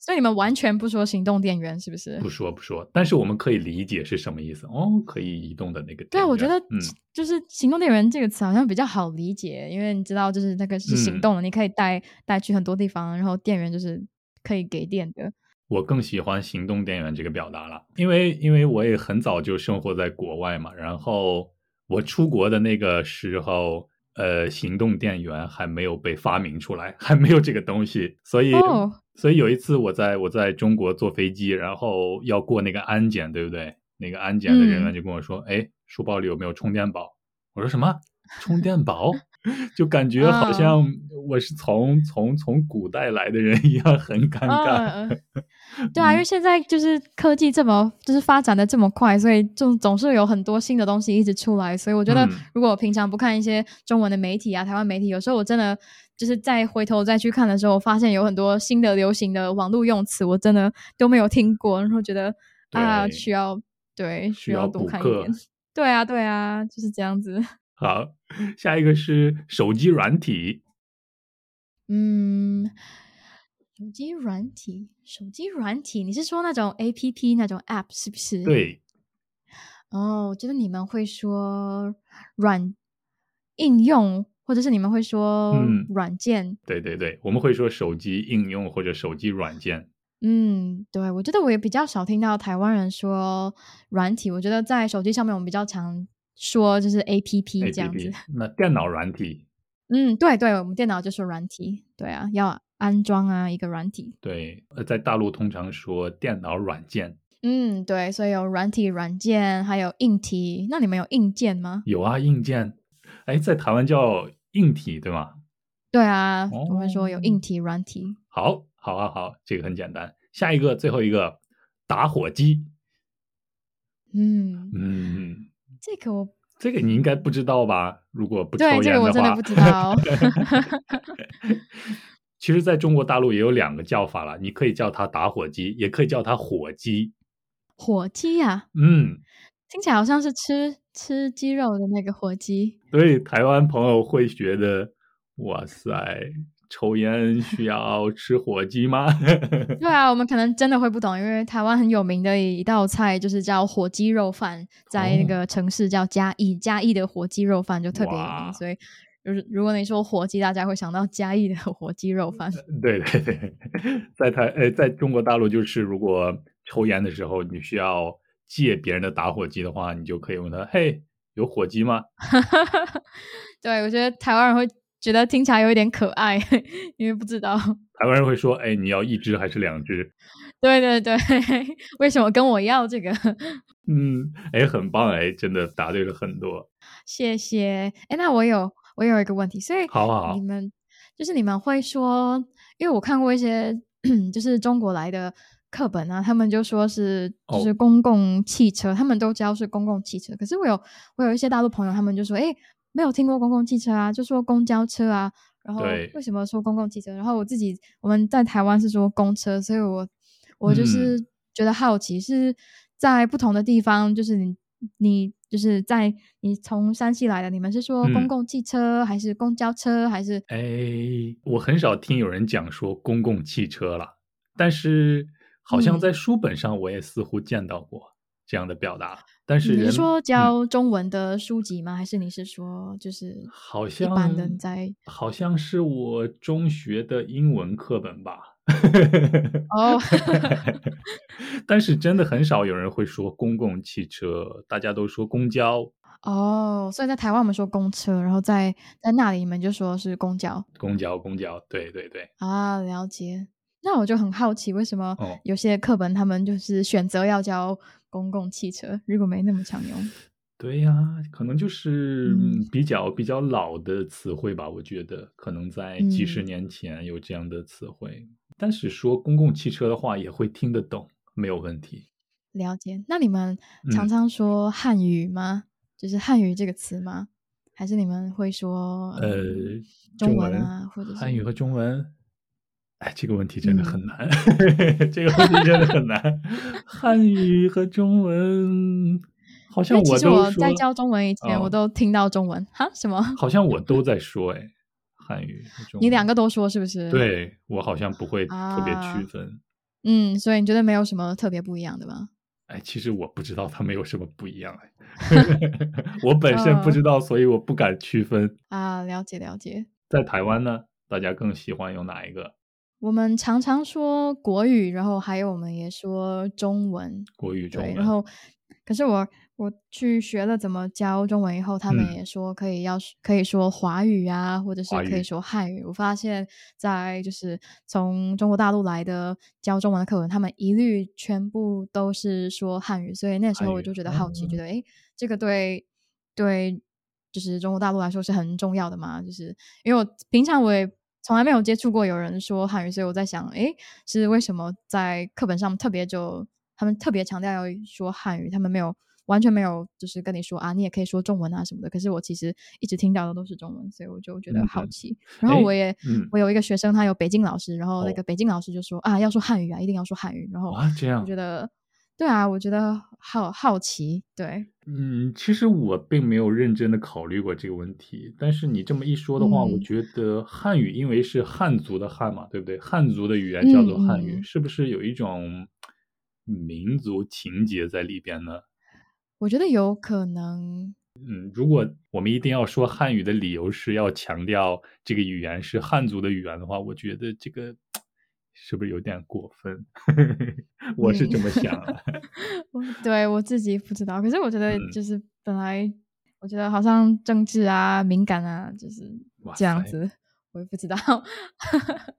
B: 所以你们完全不说行动电源是不是？
A: 不说不说，但是我们可以理解是什么意思哦，可以移动的那个电源。
B: 对啊，我觉得
A: 嗯，
B: 就是“行动电源”这个词好像比较好理解，因为你知道，就是那个是行
A: 嗯
B: 动的，你可以带带去很多地方，然后电源就是可以给电的。
A: 我更喜欢行动电源这个表达了，因为因为我也很早就生活在国外嘛，然后我出国的那个时候，呃，行动电源还没有被发明出来，还没有这个东西，所以、
B: 哦
A: 所以有一次我在我在中国坐飞机，然后要过那个安检，对不对？那个安检的人员就跟我说：“哎、书包里有没有充电宝？”我说：“什么充电宝？” 就感觉好像我是从、从从古代来的人一样，很尴尬。
B: 嗯， 嗯对啊，因为现在就是科技这么就是发展的这么快，所以总总是有很多新的东西一直出来。所以我觉得
A: 嗯，
B: 如果我平常不看一些中文的媒体啊，台湾媒体，有时候我真的就是再回头再去看的时候，我发现有很多新的流行的网络用词，我真的都没有听过，然后觉得啊，
A: 对
B: 需要对
A: 需
B: 需
A: 要
B: 要多
A: 补
B: 看一
A: 课
B: 点。 对啊，对啊，就是这样子。
A: 好，下一个是手机软体。
B: 嗯，手机软体，手机软体，你是说那种 A P P 那种 App 是不是？。
A: 对，
B: 哦，我觉得你们会说软应用，或者是你们会说
A: 嗯
B: 软件。
A: 对对对，我们会说手机应用或者手机软件。
B: 嗯对，我觉得我也比较少听到台湾人说软体。我觉得在手机上面，我们比较常说就是 A P P 嗯这样子。
A: APP 那电脑软体，
B: 嗯，对对，我们电脑就说软体，对啊，要安装啊一个软体。
A: 对，呃，在大陆通常说电脑软件。
B: 嗯，对，所以有软体、软件，还有硬体。那你们有硬件吗？
A: 有啊，硬件。哎，在台湾叫硬体，对吗？
B: 对啊，我们说有
A: 哦
B: 硬体、软体。
A: 好，好啊，好，这个很简单。下一个，最后一个，打火机。
B: 嗯，
A: 嗯，
B: 这个我
A: 这个你应该不知道吧？如果不抽
B: 对，
A: 烟
B: 这个我真的
A: 话
B: 不 知道。
A: 其实，在中国大陆也有两个叫法了，你可以叫它打火机，也可以叫它火鸡。
B: 火鸡呀、啊，
A: 嗯，
B: 听起来好像是吃吃鸡肉的那个 火鸡。
A: 所以台湾朋友会觉得，哇塞，抽烟需要吃火鸡吗？
B: 对啊，我们可能真的会不懂，因为台湾很有名的一道菜就是叫火鸡肉饭，在那
A: 哦
B: 个城市叫嘉义，嘉义的火鸡肉饭就特别有
A: 哇
B: 名，所以。如如果你说火鸡，大家会想到嘉义的火鸡肉饭。
A: 对对对，在台呃，在中国大陆就是，如果抽烟的时候你需要借别人的打火机的话，你就可以问他：“嘿，有火机吗
B: 对，我觉得台湾人会觉得听起来有一点可爱， 因为不知道。？”
A: 台湾人会说：“哎，你要一只还是两只？”
B: 对对对， 为什么跟我要这个？
A: 嗯，哎，很棒哎，真的答对了很多。
B: 谢谢。哎，那我有我有一个问题，所以
A: 好好好
B: 你们就是你们会说，因为我看过一些就是中国来的课本啊，他们就说是
A: 哦
B: 就是公共汽车，他们都教是公共汽车。可是我有我有一些大陆朋友，他们就说，哎，没有听过公共汽车啊，就说公交车啊。然后
A: 对
B: 为什么说公共汽车？然后我自己我们在台湾是说公车，所以我
A: 嗯
B: 我就是觉得好奇，是在不同的地方，就是你你就是在你从山西来的，你们是说
A: 嗯
B: 公共汽车、还是公交车还是？
A: 哎，我很少听有人讲说公共汽车了，但是好像
B: 嗯
A: 在书本上我也似乎见到过。这样的表达。但是
B: 你
A: 人嗯
B: 是说教中文的书籍吗？还是你是说就是
A: 好
B: 一般的
A: 像
B: 你在
A: 好像是我中学的英文课本吧。
B: 哦
A: 但是真的很少有人会说公共汽车，大家都说公交、
B: 哦，所以在台湾我们说公车，然后在在那里你们就说是公交
A: 公交、公交。对对对，
B: 啊，了解。那我就很好奇，为什么
A: 哦
B: 有些课本他们就是选择要教公共汽车，如果没那么常用？
A: 对呀、可能就是
B: 嗯
A: 嗯比较比较老的词汇吧，我觉得可能在几十
B: 嗯
A: 年前有这样的词汇，但是说公共汽车的话也会听得懂，没有问题。
B: 了解。那你们常
A: 嗯
B: 常说汉语吗？就是汉语这个词吗？还是你们会说
A: 呃
B: 嗯，中
A: 中
B: 文
A: 文、
B: 啊，或者是
A: 汉语和中文，哎，这个问题真的很
B: 嗯
A: 难， 这个问题真的很难。汉语和中文，好
B: 因
A: 像
B: 为其
A: 我
B: 实
A: 都
B: 我在
A: 说，
B: 教中文以前，我
A: 哦
B: 都听到中文哈什么？
A: 好像我都在说，哎，汉语和中文，
B: 你两个都说是不是？，
A: 对我好像不会特别
B: 啊
A: 区分。
B: 嗯，所以你觉得没有什么特别不一样的吗？
A: 哎，其实我不知道他们有什么不一样 哎，我本身不
B: 嗯
A: 知道，所以我不敢区分。
B: 啊，了解了解。
A: 在台湾呢，大家更喜欢用哪一个？
B: 我们常常说国语，然后还有我们也说中文，
A: 国语、中
B: 对，
A: 文？
B: 然后可是我我去学了怎么教中文以后，他们
A: 嗯
B: 也说可以要是可以说华语啊，或者是
A: 华
B: 可以
A: 语
B: 说汉语。我发现，在就是从中国大陆来的教中文的课文，他们一律全部都是说汉语，所以那时
A: 汉
B: 候我
A: 语，
B: 就觉得好奇，觉
A: 嗯
B: 得诶，这个对对，就是中国大陆来说是很重要的嘛，就是因为我平常我也。从来没有接触过有人说汉语，所以我在想，诶，是为什么在课本上特别就他们特别强调要说汉语，他们没有完全没有就是跟你说啊，你也可以说中文啊什么的。可是我其实一直听到的都是中文，所以我就觉得
A: 嗯
B: 好
A: 嗯
B: 奇。然后
A: 诶
B: 我也
A: 嗯
B: 我有一个学生，他有北京老师，然后那
A: 哦
B: 个北京老师就说啊，要说汉语啊，一定要说汉语。然后
A: 哇，这
B: 我
A: 样
B: 觉得对啊，我觉得好好奇，对，
A: 嗯，其实我并没有认真的考虑过这个问题，但是你这么一说的话，我
B: 嗯
A: 觉得汉语因为是汉族的汉嘛，对不对？汉族的语言叫
B: 嗯
A: 做汉语，
B: 嗯，
A: 是不是有一种民族情结在里边呢？
B: 我觉得有可能，
A: 嗯，如果我们一定要说汉语的理由是要强调这个语言是汉族的语言的话，我觉得这个是不是有点过分？ 我是
B: 嗯，
A: 这么想啊。
B: 我对我自己不知道，可是我觉得
A: 嗯，
B: 就是本来我觉得好像政治啊、敏感啊，就是
A: 哇
B: 这样
A: 塞，
B: 子，我也不知道。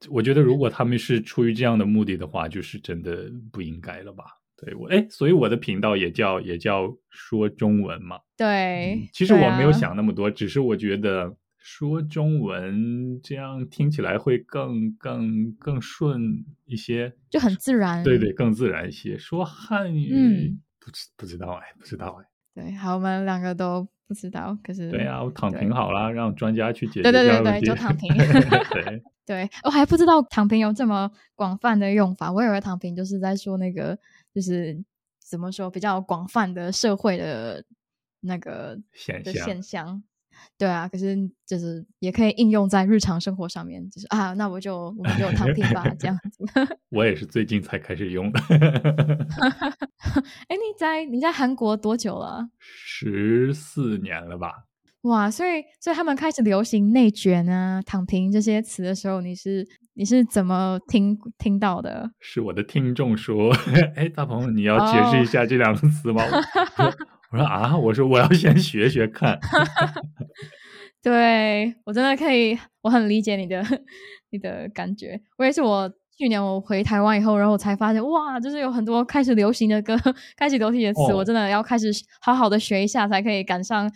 A: 我觉得如果他们是出于这样的目的的话，就是真的不应该了吧？对我，哎，所以我的频道也叫也叫说中文嘛。嗯，
B: 对
A: 其实
B: 对
A: 我没有
B: 啊，
A: 想那么多，只是我觉得说中文这样听起来会更更更顺一些，
B: 就很自
A: 对
B: 然。
A: 对，更自然一些。说汉语
B: 嗯，
A: 不知不知道哎，不知道哎。
B: 对，好，我们两个都不知道，可
A: 对啊
B: 是
A: 呀、我躺平
B: 对
A: 好了，让专家去解决
B: 对对
A: 这
B: 对
A: 个问
B: 对，
A: 题。
B: 就躺平。
A: 对，
B: 对，我还不知道躺平有这么广泛的用法，我以为躺平就是在说那个，就是怎么说比较广泛的社会的那个
A: 现
B: 的
A: 象。
B: 现象。对啊，可是就是也可以应用在日常生活上面，就是啊，那我就我们就躺平吧，这样子。
A: 我也是最近才开始用的，
B: 哎，你在你在韩国多久了？
A: 十四年了吧？
B: 哇，所以所以他们开始流行内卷啊、躺平这些词的时候，你是你是怎么听听到的？
A: 是我的听众说， 哎，大鹏，你要解释一
B: 哦，
A: 下这两个词吗？我 说，我说啊，我说我要先学学看。
B: 对我真的可以，我很理解你的 你的感觉。我也是，我去年我回台湾以后，然后我才发现，哇，就是有很多开始流行的歌， 开始流行的词，我
A: 哦，
B: 真的要开始好好的学一下，才可以赶上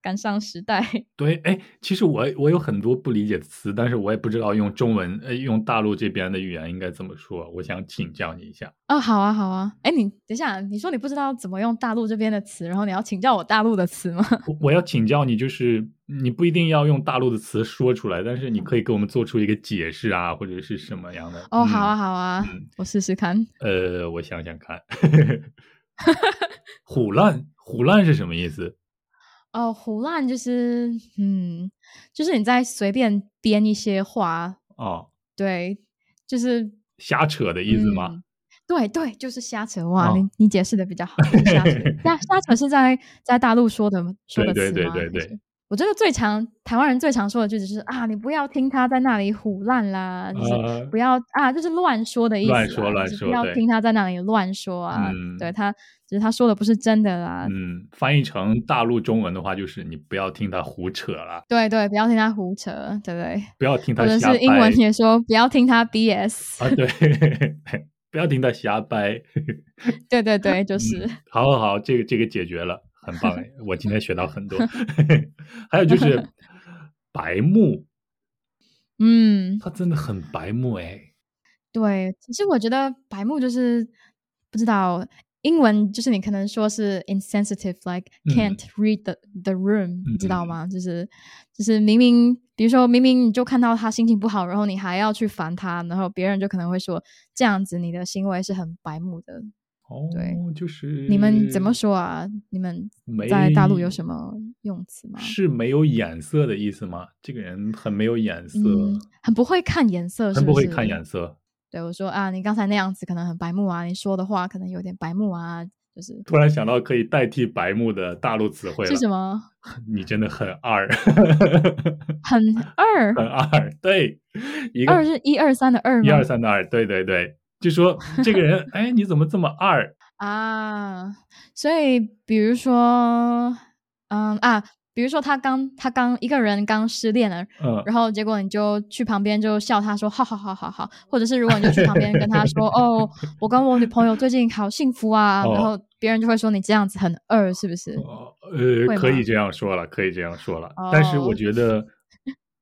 B: 赶上时代。
A: 对，哎，其实我我有很多不理解的词，但是我也不知道用中文，呃，用大陆这边的语言应该怎么说。我想请教你一下。
B: 哦，好啊，好啊。哎，你等一下，你说你不知道怎么用大陆这边的词，然后你要请教我大陆的词吗？
A: 我我要请教你，就是你不一定要用大陆的词说出来，但是你可以给我们做出一个解释啊，或者是什么样的？
B: 哦，好
A: 嗯
B: 啊，好啊，
A: 嗯，
B: 我试试看。
A: 呃，我想想看， 虎烂虎烂是什么意思？
B: 哦，胡乱就是，嗯，就是你在随便编一些话，
A: 哦，
B: 对，就是，
A: 瞎扯的意思吗？
B: 嗯，对对，就是瞎扯哇！
A: 哦
B: 你你解释的比较好，就是瞎扯。瞎瞎扯是在在大陆说的吗说的词
A: 对
B: 吗？
A: 对对对
B: 还是
A: 对。
B: 我觉得最常台湾人最常说的句子就是啊，你不要听他在那里胡烂啦，就是
A: 呃，
B: 不要啊，就是乱说的意思啦。
A: 乱说乱
B: 就是
A: 说
B: 不要
A: 对
B: 听他在那里乱说啊。
A: 嗯
B: 对他，就是他说的不是真的啦。
A: 嗯，翻译成大陆中文的话，就是你不要听他胡扯了，
B: 对对，不要听他胡扯，对不对？
A: 不要听
B: 或
A: 他
B: 者
A: 瞎
B: 是
A: 掰
B: 英文也说不要听他 BS。
A: 啊，对， 不要听他瞎掰。
B: 对 对对，就是。
A: 嗯好好好，这个这个解决了，很 棒，我今天学到很多。还有就是白目，
B: 嗯，
A: 他真的很白目哎。
B: 对，其实我觉得白目就是不知道英文，就是你可能说是 insensitive，like
A: 嗯
B: can't read the the room，、
A: 嗯
B: 你知道
A: 嗯嗯
B: 吗？就是就是明明，比如说明明你就看到他心情不好，然后你还要去烦他，然后别人就可能会说这样子你的行为是很白目的。
A: 哦，
B: 对
A: 就是
B: 你们怎么说啊？你们
A: 嗯没
B: 在大陆有什么用词吗？
A: 是没有眼色的意思吗？这个人很没有眼色，
B: 嗯，很不会看颜色，是
A: 很不会
B: 是
A: 看颜色。
B: 对我说啊，你刚才那样子可能很白目啊，你说的话可能有点白目啊，就是
A: 突然想到可以代替白目的大陆词汇了
B: 是，什么
A: 你真的很二，
B: 很二
A: 很二，对，一个
B: 二是一二三的二吗？
A: 一二三的二，对对对，就说这个 人，哎，你怎么这么二？
B: 啊，所以比如说，嗯啊，比如说他刚他刚一个人刚失恋了，
A: 嗯，
B: 然后结果你就去旁边就笑他说好好好好好，或者是如果你就去旁边跟 他说哦，我跟我女朋友最近好幸福啊，
A: 哦
B: 然后别人就会说你这样子很二，是不是？
A: 哦
B: 会
A: 呃，可
B: 吗
A: 以这样说了，可以这样说了，但是我
B: 哦
A: 觉得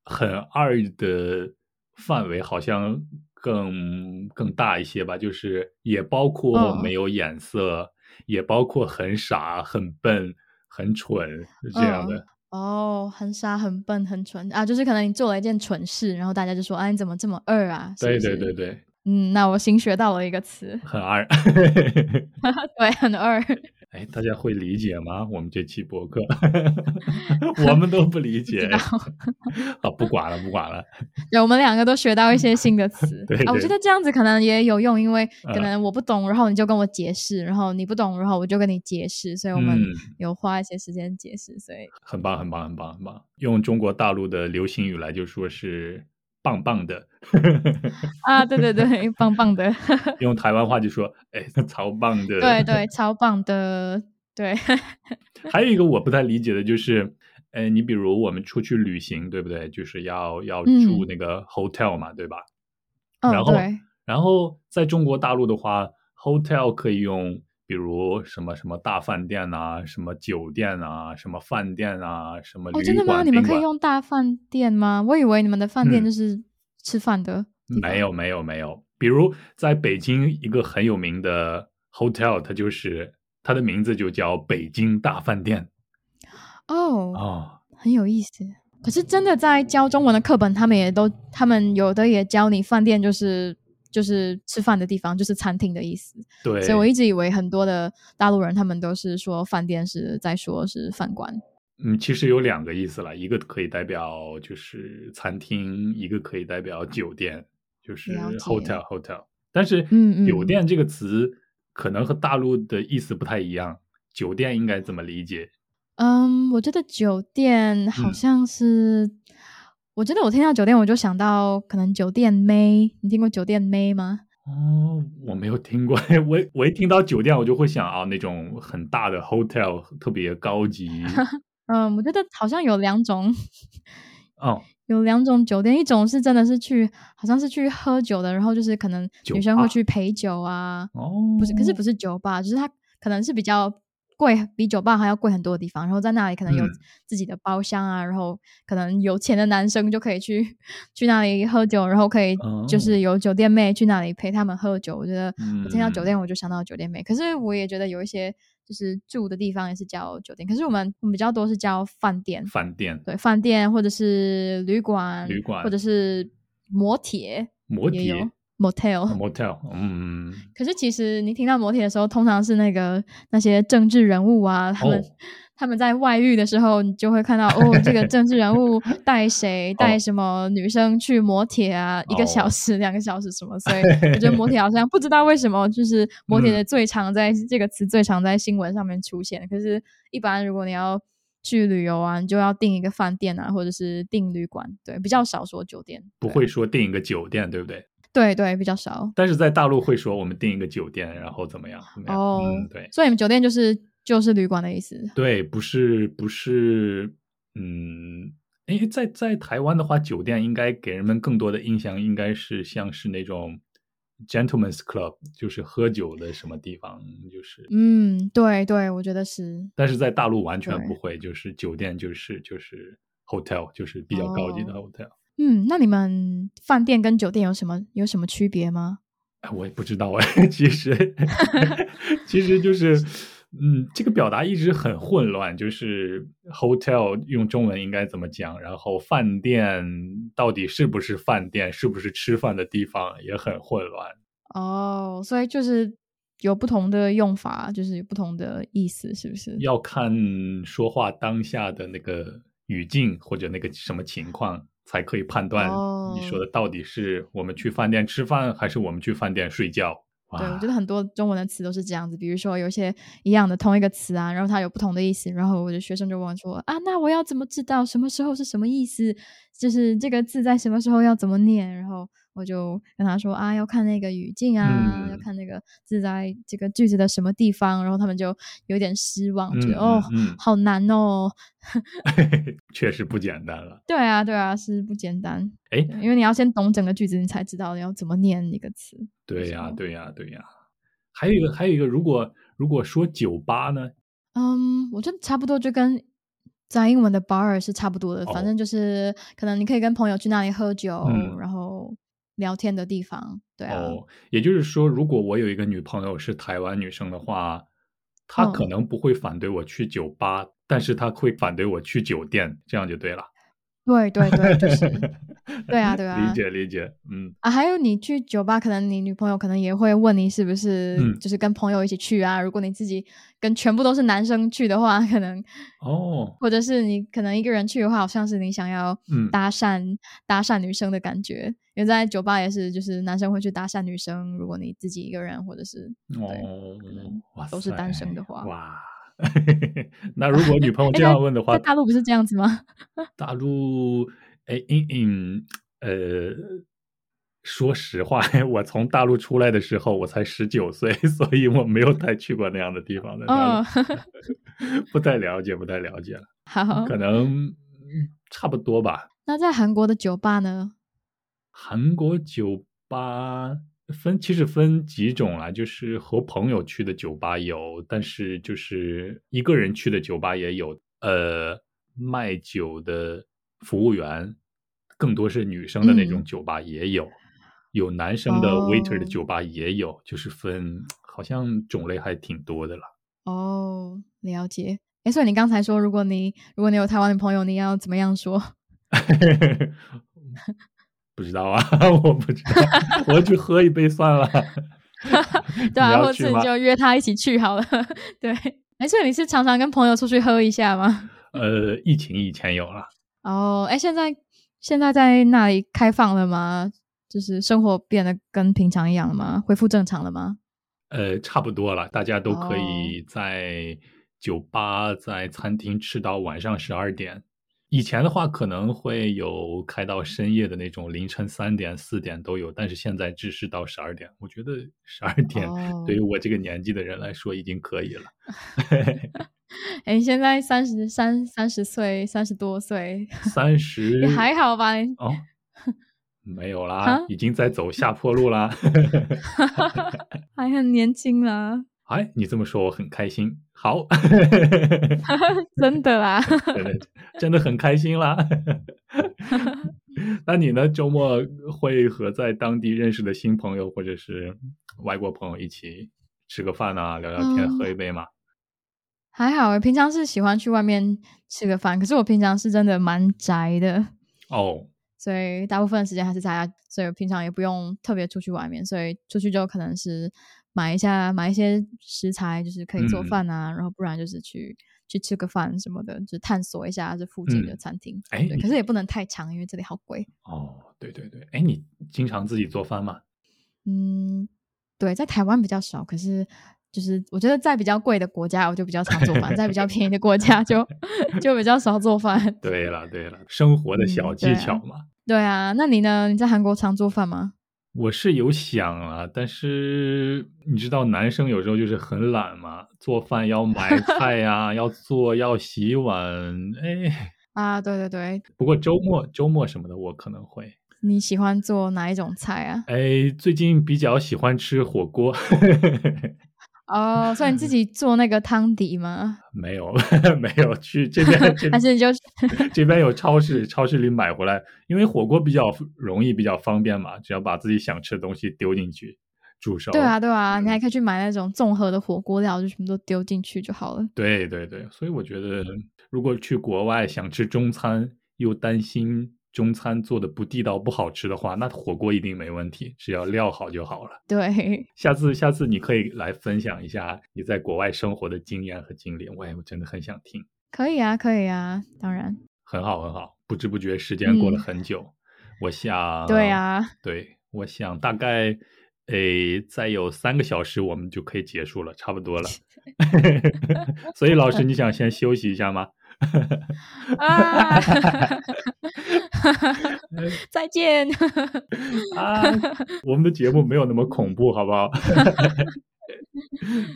A: 很二的范围好像更更大一些吧，就是也包括
B: 嗯
A: 没有眼色，也包括很傻、很笨、很蠢这样的。
B: 哦，很傻、很笨、很蠢啊，就是可能你做了一件蠢事，然后大家就说啊，你怎么这么二啊？是
A: 对
B: 不
A: 对
B: 是
A: 对，对，
B: 嗯，那我新学到了一个词，
A: 很二。
B: 对，很二。
A: 哎，大家会理解吗？我们这期博客，我们都不理解。
B: 道
A: 啊，不管了，不管了。
B: 对，我们两个都学到一些新的词
A: 对
B: 啊，我
A: 对
B: 觉得这样子可能也有用，因为可
A: 嗯
B: 能我不懂，然后你就跟我解释，然后你不懂，然后我就跟你解释， 所以我们
A: 嗯
B: 有花一些时间解释，所以
A: 很棒，很棒，很棒，很棒。用中国大陆的流行语来就说是棒棒 的，
B: 啊，对对对，棒 棒的，
A: 用台湾话就说哎超棒的。
B: 对。对，超棒的，对，
A: 还有一个我不太理解的就是，呃，你比如我们出去旅行，对不对？就是要要住
B: 嗯
A: 那个 hotel 嘛，对吧？然
B: 嗯，
A: 后
B: 对，
A: 然后在中国大陆的话，hotel 可以用，比如什么什么大饭店啊，什么酒店啊，什么饭店啊，什么旅
B: 哦，
A: 馆、
B: 真的吗？你们
A: 宾
B: 可以
A: 馆
B: 用大饭店吗？我以为你们的饭店
A: 嗯
B: 就是吃饭的地方，
A: 没有没有没有，比如在北京一个很有名的 hotel，它就是它的名字就叫北京大饭店
B: 哦，
A: 哦。
B: 很有意思。可是真的在教中文的课本，他们也都，他们有的也教你饭店就是就是吃饭的地方，就是餐厅的意思。
A: 对，
B: 所以我一直以为很多的大陆人他们都是说饭店是在说是饭馆。
A: 嗯，其实有两个意思了，一个可以代表就是餐厅，一个可以代表酒店，就是
B: 了解
A: hotel hotel。但是，
B: 嗯嗯
A: 酒店这个词可能和大陆的意思不太一样，酒店应该怎么理解？
B: 嗯，我觉得酒店好
A: 嗯
B: 像是，我觉得我听到酒店我就想到可能酒店妹，你听过酒店妹吗？
A: 哦，我没有听过， 我我一听到酒店，我就会想啊，那种很大的 hotel，特别高级，
B: 嗯，我觉得好像有两种，
A: 哦，
B: 有两种酒店，一种是真的是去，好像是去喝酒的，然后就是可能
A: 酒
B: 女生会
A: 吧
B: 去陪酒啊，
A: 哦，
B: 不是，可是不是酒吧，就是它可能是比较贵，比酒吧还要贵很多的地方，然后在那里可能有
A: 嗯
B: 自己的包厢啊，然后可能有钱的男生就可以去去那里喝酒，然后可以就
A: 哦
B: 是有酒店妹去那里陪他们喝酒。我觉得我听到酒
A: 嗯
B: 店我就想到酒店妹，可是我也觉得有一些就是住的地方也是叫酒店，可是我们我们比较多是叫饭店，
A: 饭店、
B: 对，饭店或者是旅馆，
A: 旅馆
B: 或者是摩铁，
A: 摩
B: 也有
A: 铁，
B: motel。
A: motel，嗯，
B: 可是其实你听到 motel 的时候，通常是那个那些政治人物啊，他们、
A: 哦
B: 他们在外遇的时候，你就会看到哦，这 个政治人物带谁带什么女生去摩铁啊，一个小
A: 哦
B: 时、 两个小 时什么，所以我觉得摩铁好像不知道为什么，就是摩铁
A: 嗯
B: 的最常在、这个词最常在新闻上面出现。可是，一般如果你要去旅游啊，你就要订一个饭店啊，或者是订旅馆，对，比较少说酒店，
A: 不
B: 对
A: 会说订一个酒店，对不对？
B: 对对，比较少。
A: 但是在大陆会说我们订一个酒店，然后怎么样？怎么样？
B: 哦
A: 嗯，对
B: 所以你们酒店就是就是旅馆的意思。
A: 对，不是不是，嗯，因为在在台湾的话，酒店应该给人们更多的印象，应该是像是那种 gentleman's club，就是喝酒的什么地方，就是。
B: 嗯，对对，我觉得是。
A: 但是在大陆完全
B: 对
A: 不会，就是酒店就是就是 hotel，就是比较高级的
B: 哦
A: hotel。
B: 嗯，那你们饭店跟酒店有什么有什么区别吗？
A: 哎，我也不知道哎， 其实其实就是，嗯，这个表达一直很混乱，就是 hotel 用中文应该怎么讲，然后饭店到底是不是饭店，是不是吃饭的地方也很混乱。
B: 哦，所以就是有不同的用法，就是有不同的意思，是不是？
A: 要看说话当下的那个语境或者那个什么情况，才可以判断
B: 哦
A: 你说的到底是我们去饭店吃饭，还是我们去饭店睡觉。哇嗯
B: 对，我觉得很多中文的词都是这样子，比如说有一些一样的同一个词啊，然后它有不同的意思，然后我的学生就问我说啊，那我要怎么知道什么时候是什么意思？就是这个字在什么时候要怎么念？然后我就跟他说啊，要看那个语境啊，
A: 嗯
B: 要看那个字在这个句子的什么地方。然后他们就有点失望，觉得、哦，
A: 嗯，
B: 好难哦。
A: 嗯确实不简单了。
B: 对啊，对啊，是不简单，
A: 哎，
B: 对因为你要先懂整个句子，你才知道要怎么念一个词。
A: 对呀、
B: 什么
A: 对呀、对呀、还有一个，还有一个，如果如果说酒吧呢，
B: 嗯，我觉得差不多就跟在英文的 bar 是差不多的，
A: 哦
B: 反正就是可能你可以跟朋友去那里喝酒，
A: 嗯
B: 然后聊天的地方。对啊，
A: 哦，也就是说，如果我有一个女朋友是台湾女生的话，她可
B: 嗯
A: 能不会反对我去酒吧，但是她会反对我去酒店，这样就对了。
B: 对对对， 就是。对啊对啊
A: 理解理解，嗯，
B: 啊，还有你去酒吧，可能你女朋友可能也会问你是不是
A: 嗯
B: 就是跟朋友一起去啊？如果你自己跟全部都是男生去的话，可能
A: 哦，
B: 或者是你可能一个人去的话，好像是你想要
A: 嗯
B: 搭讪、搭讪女生的感觉。因为在酒吧也是，就是男生会去搭讪女生。如果你自己一个人，或者是
A: 哦
B: 可能，
A: 哇
B: 都是单身
A: 塞
B: 的话
A: 哇。 那如果女朋友
B: 诶
A: 哎这样问的话
B: 在，大陆不是这样子吗？
A: 大陆，哎，嗯嗯，呃，说实话， 我从大陆出来的时候，我才十九岁， 所以我没有太去过那样的地方的，
B: 嗯，
A: 不太了解，不太了解了，
B: 好。
A: 可能嗯差不多吧。
B: 那在韩国的酒吧呢？
A: 韩国酒吧分其实分几种啦，就是和朋友去的酒吧有，但是就是一个人去的酒吧也有。呃，卖酒的服务员更多是女生的那种
B: 嗯
A: 酒吧也有，有男生的 waiter 的
B: 哦
A: 酒吧也有，就是分好像种类还挺多的啦。
B: 哦，了解。诶，所以你刚才说，如果你如果你有台湾的朋友，你要怎么样说？
A: 不知道啊， 我不知道，我去喝一杯算了。
B: 对啊，
A: 你要
B: 或
A: 去
B: 者是你
A: 吗
B: 就约他一起去好了。 对，诶，所以你是常常跟朋友出去喝一下吗？
A: 呃，疫情以前有了，
B: 哦，哎，现在现在在那里开放了吗？就是生活变得跟平常一样了吗？恢复正常了吗？
A: 呃，差不多了，大家都可以
B: 哦
A: 在酒吧、在餐厅吃到晚上十二点。以前的话可能会有开到深夜的那种，凌晨三点、四点都有，但是现在只是到十二点。我觉得十二点
B: 哦，
A: 对于我这个年纪的人来说已经可以了。
B: 哎，现在三十三三十岁，三十多岁，
A: 三十
B: 也还好吧？
A: 哦，没有
B: 啊
A: 啦，已经在走下坡路啦。
B: 还很年轻啦，
A: 哎，你这么说我很开心。好，
B: 真的啦。
A: 真的真的很开心啦。那你呢？周末会和在当地认识的新朋友或者是外国朋友一起吃个饭啊，聊聊天，
B: 嗯
A: 喝一杯吗？
B: 还好诶，平常是喜欢去外面吃个饭，可是我平常是真的蛮宅的，
A: 哦，
B: 所以大部分时间还是在家，所以平常也不用特别出去外面，所以出去就可能是买一下买一些食材，就是可以
A: 嗯
B: 做饭啊，然后不然就是去去吃个饭什么的，就探索一下这附近的
A: 嗯
B: 餐厅。
A: 哎
B: 对
A: 你
B: 可是也不能太长，因为这里好贵。
A: 哦，对对对，哎，你经常自己做饭吗？
B: 嗯，对，在台湾比较少，可是就是我觉得在比较贵的国家，我就比较常做饭；在比较便宜的国家 就，就比较少做饭。
A: 对了对了，生活的
B: 嗯
A: 小技
B: 对啊
A: 巧嘛。
B: 对啊，那你呢？你在韩国常做饭吗？
A: 我是有想啊，但是你知道男生有时候就是很懒嘛，做饭要买菜呀、 要做要洗碗，哎，
B: 啊，对对对，
A: 不过周末周末什么的我可能会，
B: 你喜欢做哪一种菜啊？
A: 哎，最近比较喜欢吃火锅，
B: 哦，所以你
A: 嗯
B: 自己做那个汤底吗？
A: 没有 没有去这边这
B: 还是你就
A: 这边有超市，超市里买回来，因为火锅比较容易，比较方便嘛，只要把自己想吃的东西丢进去煮熟，
B: 对啊对啊，
A: 嗯
B: 你还可以去买那种综合的火锅料，就全部都丢进去就好了。
A: 对对对，所以我觉得，如果去国外想吃中餐，又担心中餐做的不地道、不好吃的话，那火锅一定没问题，只要料好就好了。
B: 对，
A: 下次下次你可以来分享一下你在国外生活的经验和经历，我也我真的很想听，
B: 可以啊，可以啊，当然，
A: 很好很好。不知不觉时间过了
B: 嗯
A: 很久，我想，
B: 对，啊。
A: 对，我想大概。诶，再有三个小时我们就可以结束了，差不多了。 所以老师，你想先休息一下吗？
B: 啊，再见。
A: 啊，我们的节目没有那么恐怖，好不 好？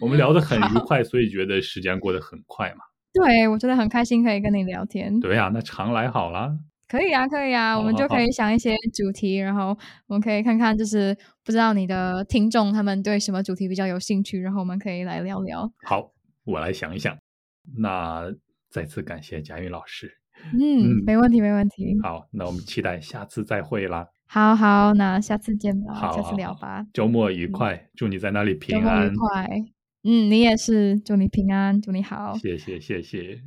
A: 我们聊得很愉快，所以觉得时间过得很快嘛。
B: 对，我觉得很开心可以跟你聊天。
A: 对啊，那常来好啦。
B: 可以啊，可以啊，
A: 好
B: 我们
A: 好
B: 就
A: 好
B: 可以想一些主题，然后我们可以看看，就是不知道你的听众他们对什么主题比较有兴趣，然后我们可以来聊聊。
A: 好，我来想一想。那再次感谢贾云老师。
B: 嗯，
A: 嗯
B: 没问题，没问题。
A: 好，那我们期待下次再会啦。
B: 好好，那下次见吧，
A: 好，
B: 下次聊
A: 好好
B: 吧。
A: 周末愉快，祝你在那里
B: 嗯周
A: 平
B: 末愉
A: 安。
B: 快。嗯，你也是，祝你平安，祝你好，
A: 谢 谢谢谢，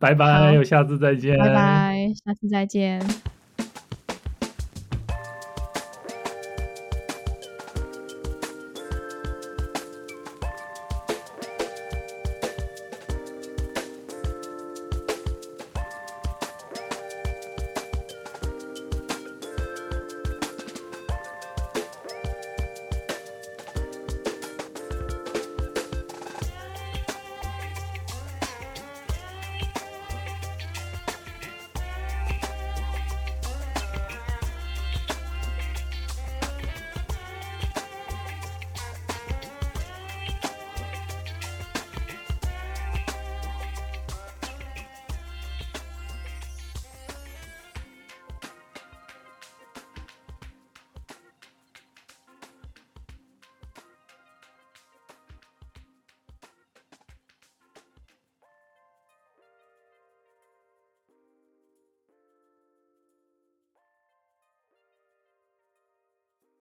A: 拜拜，
B: 哦好
A: 我下次再见。
B: 拜拜，下次再见。